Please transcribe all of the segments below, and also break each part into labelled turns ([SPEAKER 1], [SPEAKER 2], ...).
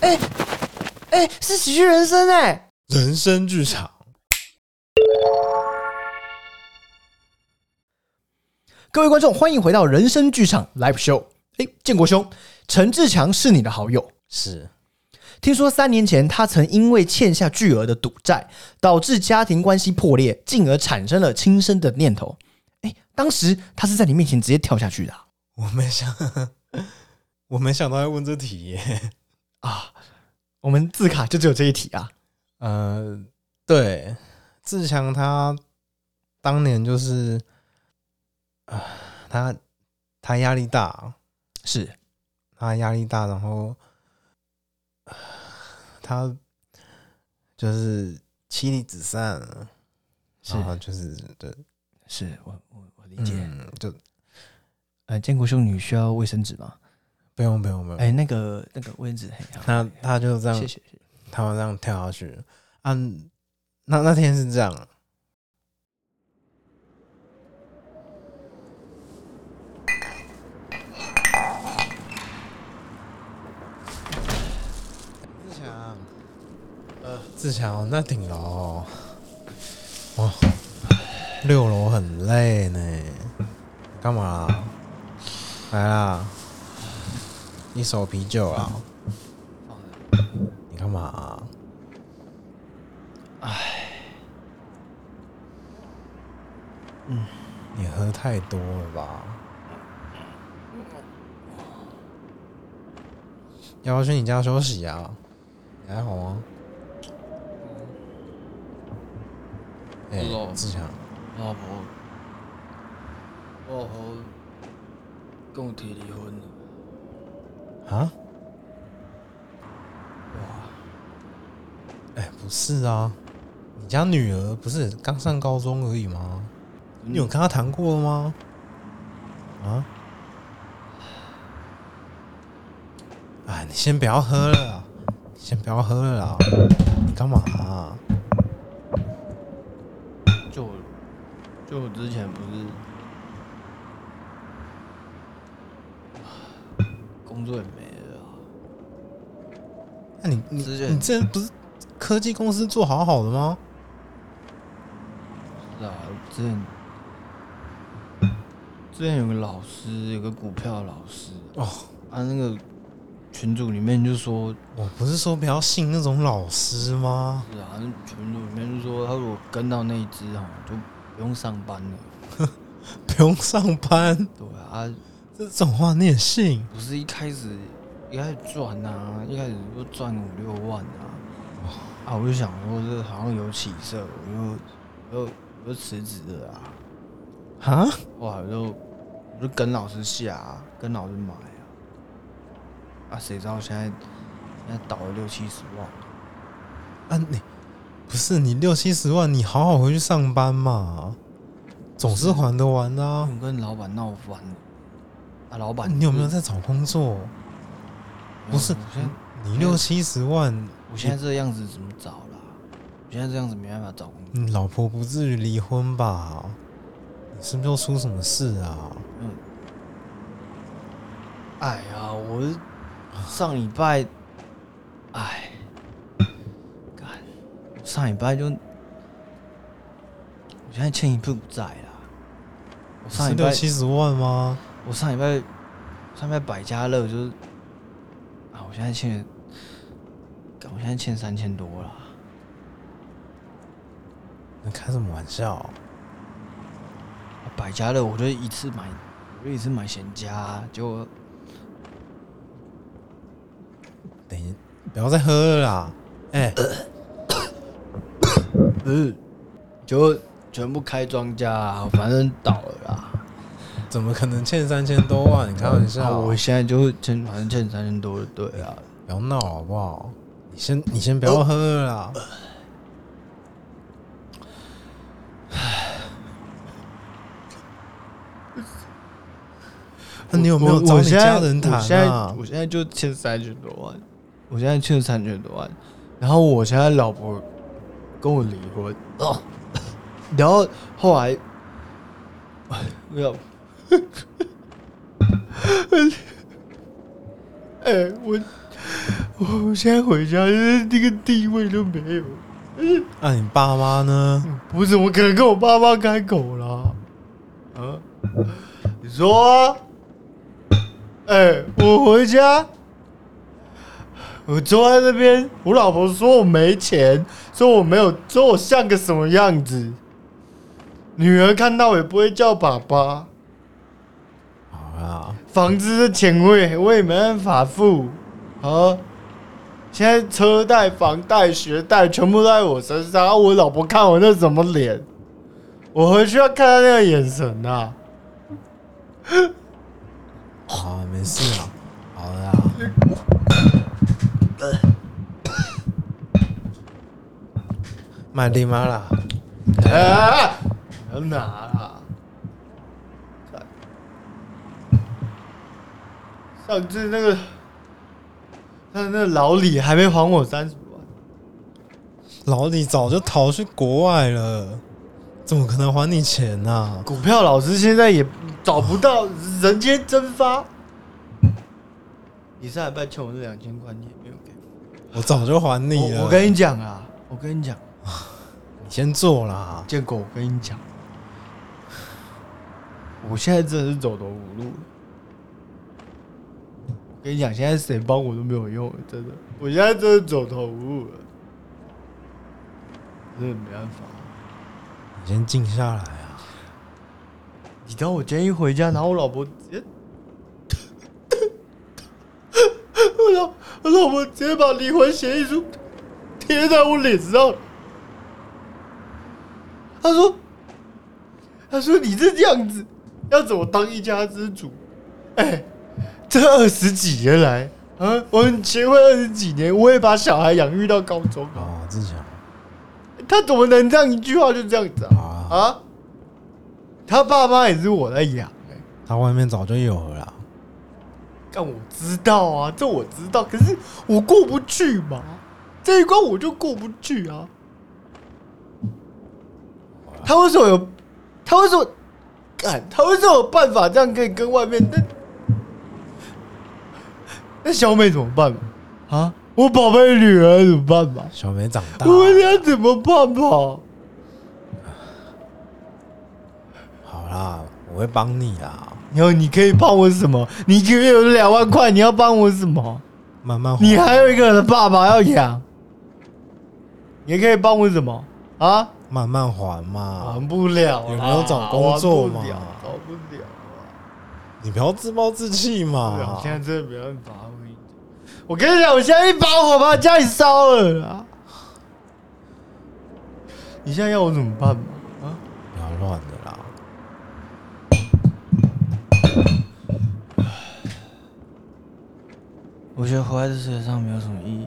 [SPEAKER 1] 哎、哎、是喜剧人生哎、
[SPEAKER 2] 人生剧场，
[SPEAKER 1] 各位观众，欢迎回到人生剧场 Live Show。哎，建国兄，陈志强是你的好友。
[SPEAKER 2] 是
[SPEAKER 1] 听说三年前他曾因为欠下巨额的赌债，导致家庭关系破裂，进而产生了轻生的念头。哎，当时他是在你面前直接跳下去的啊
[SPEAKER 2] 我没想， 我没想到要问这题耶。
[SPEAKER 1] 啊！我们字卡就只有这一题啊。
[SPEAKER 2] 呃，对，志强他当年就是，啊、他他压力大，
[SPEAKER 1] 是
[SPEAKER 2] 他压力大，然后、啊他就是妻离子散了，
[SPEAKER 1] 是
[SPEAKER 2] 然后就是对，
[SPEAKER 1] 是，我我我理解。
[SPEAKER 2] 嗯，就
[SPEAKER 1] 呃，建国兄，你需要卫生纸吗？
[SPEAKER 2] 不用不用不用，
[SPEAKER 1] 哎，那个那个卫生纸，嘿好
[SPEAKER 2] 他他就这样
[SPEAKER 1] 谢谢。谢谢
[SPEAKER 2] 他们这样跳下去。啊，那那天是这样，志强，呃，志强那顶楼哦，哇，六楼很累呢，干嘛啊、来啦，一手啤酒啊，你干嘛啊、嗯你喝太多了吧？要不要去你家休息啊？你还好吗？哎、
[SPEAKER 3] Hello
[SPEAKER 2] 志强，
[SPEAKER 3] 我老婆，哦我老婆跟我提离婚了。
[SPEAKER 2] 啊？哇！哎、不是啊，你家女儿不是刚上高中而已吗？你有跟她谈过了吗？啊？哎，你先不要喝了啦，你先不要喝了啦！你干嘛、啊？
[SPEAKER 3] 就我就我之前不是工作也没了啊，
[SPEAKER 2] 那、你你
[SPEAKER 3] 之前
[SPEAKER 2] 你这不是科技公司做好好的吗？
[SPEAKER 3] 是啊，之前之前有个老师，有个股票老师，
[SPEAKER 2] 哦，
[SPEAKER 3] 啊那个群组里面就说，
[SPEAKER 2] 我不是说不要信那种老师吗？
[SPEAKER 3] 是啊，那群组里面就说，他如果跟到那一只哈，就不用上班了。
[SPEAKER 2] 不用上班，
[SPEAKER 3] 对啊，啊
[SPEAKER 2] 这种话你也信？
[SPEAKER 3] 不是一开始一开始赚啊，一开始就赚五六万啊，
[SPEAKER 2] 哦
[SPEAKER 3] 啊，我就想说这好像有起色，我就我就我就辞职了啊，
[SPEAKER 2] 啊？
[SPEAKER 3] 哇，我就我就跟老师下、啊，跟老师买啊，啊，谁知道现在现在倒了六七十万，
[SPEAKER 2] 啊，你不是你六七十万，你好好回去上班嘛，总是还得完的啊。
[SPEAKER 3] 我跟老板闹翻了，啊，老
[SPEAKER 2] 啊
[SPEAKER 3] 板，
[SPEAKER 2] 你有没有在找工作？不是
[SPEAKER 3] 我现在
[SPEAKER 2] 你六七十万，
[SPEAKER 3] 我现在这样子怎么找啦？我现在这样子没办法找工作，
[SPEAKER 2] 你老婆不至于离婚吧？你是不是又出什么事啊？
[SPEAKER 3] 哎呀，我是上礼拜，哎，干，我上礼拜就，我现在欠一屁股债啦。我
[SPEAKER 2] 是
[SPEAKER 3] 上礼
[SPEAKER 2] 六
[SPEAKER 3] 拜，
[SPEAKER 2] 七十万吗？
[SPEAKER 3] 我上礼拜，上礼拜百家乐就是，啊，我现在欠，干，我现在欠三千多啦。
[SPEAKER 2] 你开什么玩笑？
[SPEAKER 3] 啊百家乐我就一次买，我就一次买闲家、结果
[SPEAKER 2] 等一，不要再喝了啦！哎、
[SPEAKER 3] 不是，就全部开庄家、啊，反正倒了啦。
[SPEAKER 2] 怎么可能欠三千多万？你开玩
[SPEAKER 3] 啊
[SPEAKER 2] 笑？
[SPEAKER 3] 我现在就欠，反正欠三千多，对啊。
[SPEAKER 2] 不要闹好不好？你先，你先不要喝了啦。那你有没有
[SPEAKER 3] 我
[SPEAKER 2] 找
[SPEAKER 3] 我
[SPEAKER 2] 你
[SPEAKER 3] 现在
[SPEAKER 2] 家人谈
[SPEAKER 3] 我现在
[SPEAKER 2] 啊？
[SPEAKER 3] 我现在就欠三千多万，我现在欠三千多万，然后我现在老婆跟我离婚，哦， 然后后来， 没有， 哎，我我现在回家就是那个地位都没有，
[SPEAKER 2] 那、啊你爸妈呢？
[SPEAKER 3] 我怎么可能跟我爸妈开口啦？啊，你说啊，哎、我回家，我坐在那边，我老婆说我没钱，说我没有，说我像个什么样子。女儿看到也不会叫爸爸，
[SPEAKER 2] 好啊，
[SPEAKER 3] 房子的钱我也我也没办法付啊。现在车贷、房贷、学贷全部都在我身上，啊、我老婆看我那什么脸，我回去要看她那个眼神啊。
[SPEAKER 2] 好啊，没事啊，好的啊。麦丽妈啦，
[SPEAKER 3] 啊！要拿啦！上次那个，那那老李还没还我三十万，
[SPEAKER 2] 老李早就逃去国外了，怎么可能还你钱呢、啊？
[SPEAKER 3] 股票老师现在也找不到，人间蒸发。你上礼拜欠我那两千块，你也没有给我
[SPEAKER 2] 我早就还你了。
[SPEAKER 3] 我我跟你讲啊，我跟你讲，
[SPEAKER 2] 你先做啦，
[SPEAKER 3] 建国，我跟你讲，我现在真的是走投无路了。我跟你讲，现在谁帮我都没有用了，真的。我现在真的走投无路了，真的没办法。
[SPEAKER 2] 你先静下来啊。
[SPEAKER 3] 你知道我今天一回家，然后我老婆直接，我老我老婆直接把离婚协议书贴在我脸上。她说：“她说你这样子，要怎么当一家之主？哎、这二十几年来啊，我们结婚二十几年，我也把小孩养育到高中啊，
[SPEAKER 2] 哦，志强，
[SPEAKER 3] 他怎么能这样一句话就这样子啊？
[SPEAKER 2] 啊
[SPEAKER 3] 啊，他爸妈也是我在养、哎。
[SPEAKER 2] 他外面早就有了啦。
[SPEAKER 3] 但我知道啊，这我知道，可是我过不去嘛，这一关我就过不去啊。他为什么有？他为什么干？他为什么有办法这样可以跟外面那那小美怎么办嘛？啊，我宝贝女儿怎么办嘛？
[SPEAKER 2] 小梅长大了，
[SPEAKER 3] 我俩怎么办嘛？
[SPEAKER 2] 好啦，我会帮你啦，
[SPEAKER 3] 你要你可以帮我什么？你一个月有两万块，你要帮我什么？
[SPEAKER 2] 慢慢 还。
[SPEAKER 3] 你还有一个人的爸爸要养，你可以帮我什么啊？
[SPEAKER 2] 慢慢还嘛，
[SPEAKER 3] 还不了啦，
[SPEAKER 2] 有没有找工作嘛
[SPEAKER 3] 啊还不了找不了
[SPEAKER 2] 你不要自暴自弃
[SPEAKER 3] 啊！对啊
[SPEAKER 2] 嘛
[SPEAKER 3] 我。现在真的没办法，我跟你讲我跟你讲，我现在一把火把家里烧了啦！你现在要我怎么办嘛？啊，
[SPEAKER 2] 不要乱的啦。
[SPEAKER 3] 我觉得活在这世界上没有什么意义，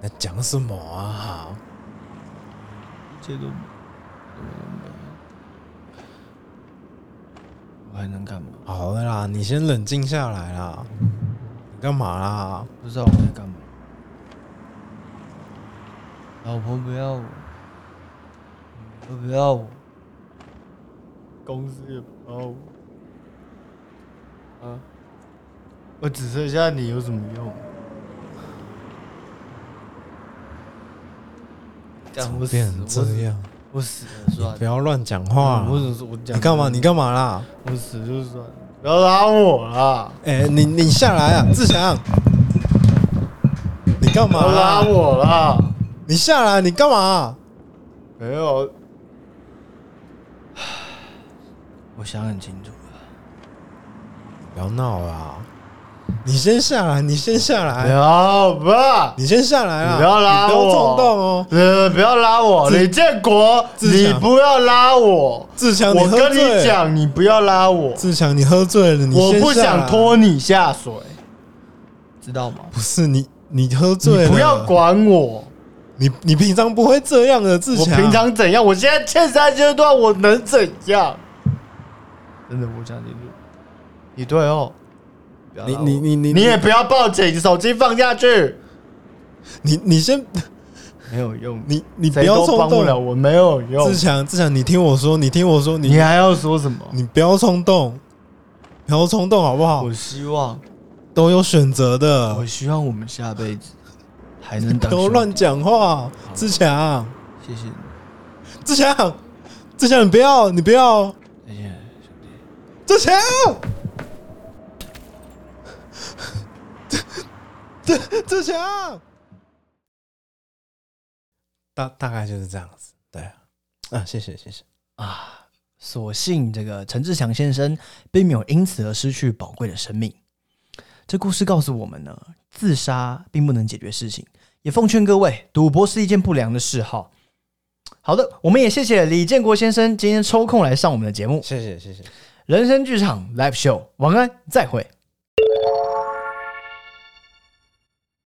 [SPEAKER 2] 在讲什么啊？
[SPEAKER 3] 一切都我还能干嘛？
[SPEAKER 2] 好的啦，你先冷静下来啦。你干嘛啦？
[SPEAKER 3] 不知道我在干嘛。老婆不要我，女儿不要我，公司也不要我，啊！我只剩下你有什么用？
[SPEAKER 2] 怎
[SPEAKER 3] 干
[SPEAKER 2] 么
[SPEAKER 3] 我死
[SPEAKER 2] 变成
[SPEAKER 3] 我死
[SPEAKER 2] 这样？
[SPEAKER 3] 我死了算
[SPEAKER 2] 不
[SPEAKER 3] 了。
[SPEAKER 2] 要乱讲话
[SPEAKER 3] 嗯我只
[SPEAKER 2] 啦。
[SPEAKER 3] 是我讲
[SPEAKER 2] 你干嘛？你干嘛啦？
[SPEAKER 3] 我死就算了，不要拉我啦！
[SPEAKER 2] 哎，你你下来啊，志强。你干
[SPEAKER 3] 不
[SPEAKER 2] 嘛
[SPEAKER 3] 要拉
[SPEAKER 2] 啦？
[SPEAKER 3] 我啦！
[SPEAKER 2] 你下来，你干嘛？啊
[SPEAKER 3] 没有， 我想很清楚了。
[SPEAKER 2] 不要闹啦！你先下来，你先下
[SPEAKER 3] 啊不
[SPEAKER 2] 来，
[SPEAKER 3] 要哎吧，
[SPEAKER 2] 你先下来啦！啊
[SPEAKER 3] 你不要拉
[SPEAKER 2] 哎你不要
[SPEAKER 3] 我
[SPEAKER 2] 冲动哦。
[SPEAKER 3] 呃，不要拉我，
[SPEAKER 2] 自
[SPEAKER 3] 李建国，
[SPEAKER 2] 自
[SPEAKER 3] 你
[SPEAKER 2] 强
[SPEAKER 3] 不要拉我，
[SPEAKER 2] 志强，
[SPEAKER 3] 我
[SPEAKER 2] 喝
[SPEAKER 3] 跟
[SPEAKER 2] 醉了
[SPEAKER 3] 你，讲，你不要拉我，
[SPEAKER 2] 志强，你喝醉了，你
[SPEAKER 3] 我
[SPEAKER 2] 先
[SPEAKER 3] 不
[SPEAKER 2] 下
[SPEAKER 3] 想
[SPEAKER 2] 来
[SPEAKER 3] 拖。你下水，知道吗？
[SPEAKER 2] 不是你，你喝醉
[SPEAKER 3] 你
[SPEAKER 2] 了，
[SPEAKER 3] 不要管我，
[SPEAKER 2] 你，你平常不会这样的，志
[SPEAKER 3] 我
[SPEAKER 2] 强。
[SPEAKER 3] 平常怎样，我现在欠三阶段，我能怎样？真的，我讲清楚，你对哦，不要拉
[SPEAKER 2] 你，
[SPEAKER 3] 我
[SPEAKER 2] 你你你
[SPEAKER 3] 你也不要报警，手机放下去，
[SPEAKER 2] 你你先，
[SPEAKER 3] 没有用，
[SPEAKER 2] 你你不
[SPEAKER 3] 谁
[SPEAKER 2] 要
[SPEAKER 3] 都
[SPEAKER 2] 冲
[SPEAKER 3] 帮不
[SPEAKER 2] 动
[SPEAKER 3] 了，。我没有用
[SPEAKER 2] 志，强，志强，你听我说，你听我说，
[SPEAKER 3] 你
[SPEAKER 2] 你
[SPEAKER 3] 还要说什么？
[SPEAKER 2] 你不要冲动，不要冲动，好不好
[SPEAKER 3] 我？希望
[SPEAKER 2] 都有选择的
[SPEAKER 4] 我，希望我们下辈子还能当
[SPEAKER 2] 不要
[SPEAKER 4] 兄
[SPEAKER 2] 乱
[SPEAKER 4] 弟
[SPEAKER 2] 讲话，志强，
[SPEAKER 4] 谢谢你，
[SPEAKER 2] 志强，志强，你不要，你不要，
[SPEAKER 4] 再见。
[SPEAKER 2] 志强， 志志强，大大概就是这样子，对，啊，谢谢谢谢，
[SPEAKER 3] 啊！所幸这个陈志强先生并没有因此而失去宝贵的生命。这故事告诉我们呢，自杀并不能解决事情，也奉劝各位，赌博是一件不良的嗜好。好的，我们也谢谢李建国先生今天抽空来上我们的节目《
[SPEAKER 2] 谢谢谢谢。
[SPEAKER 3] 人生剧场 Live Show》。晚安，再会。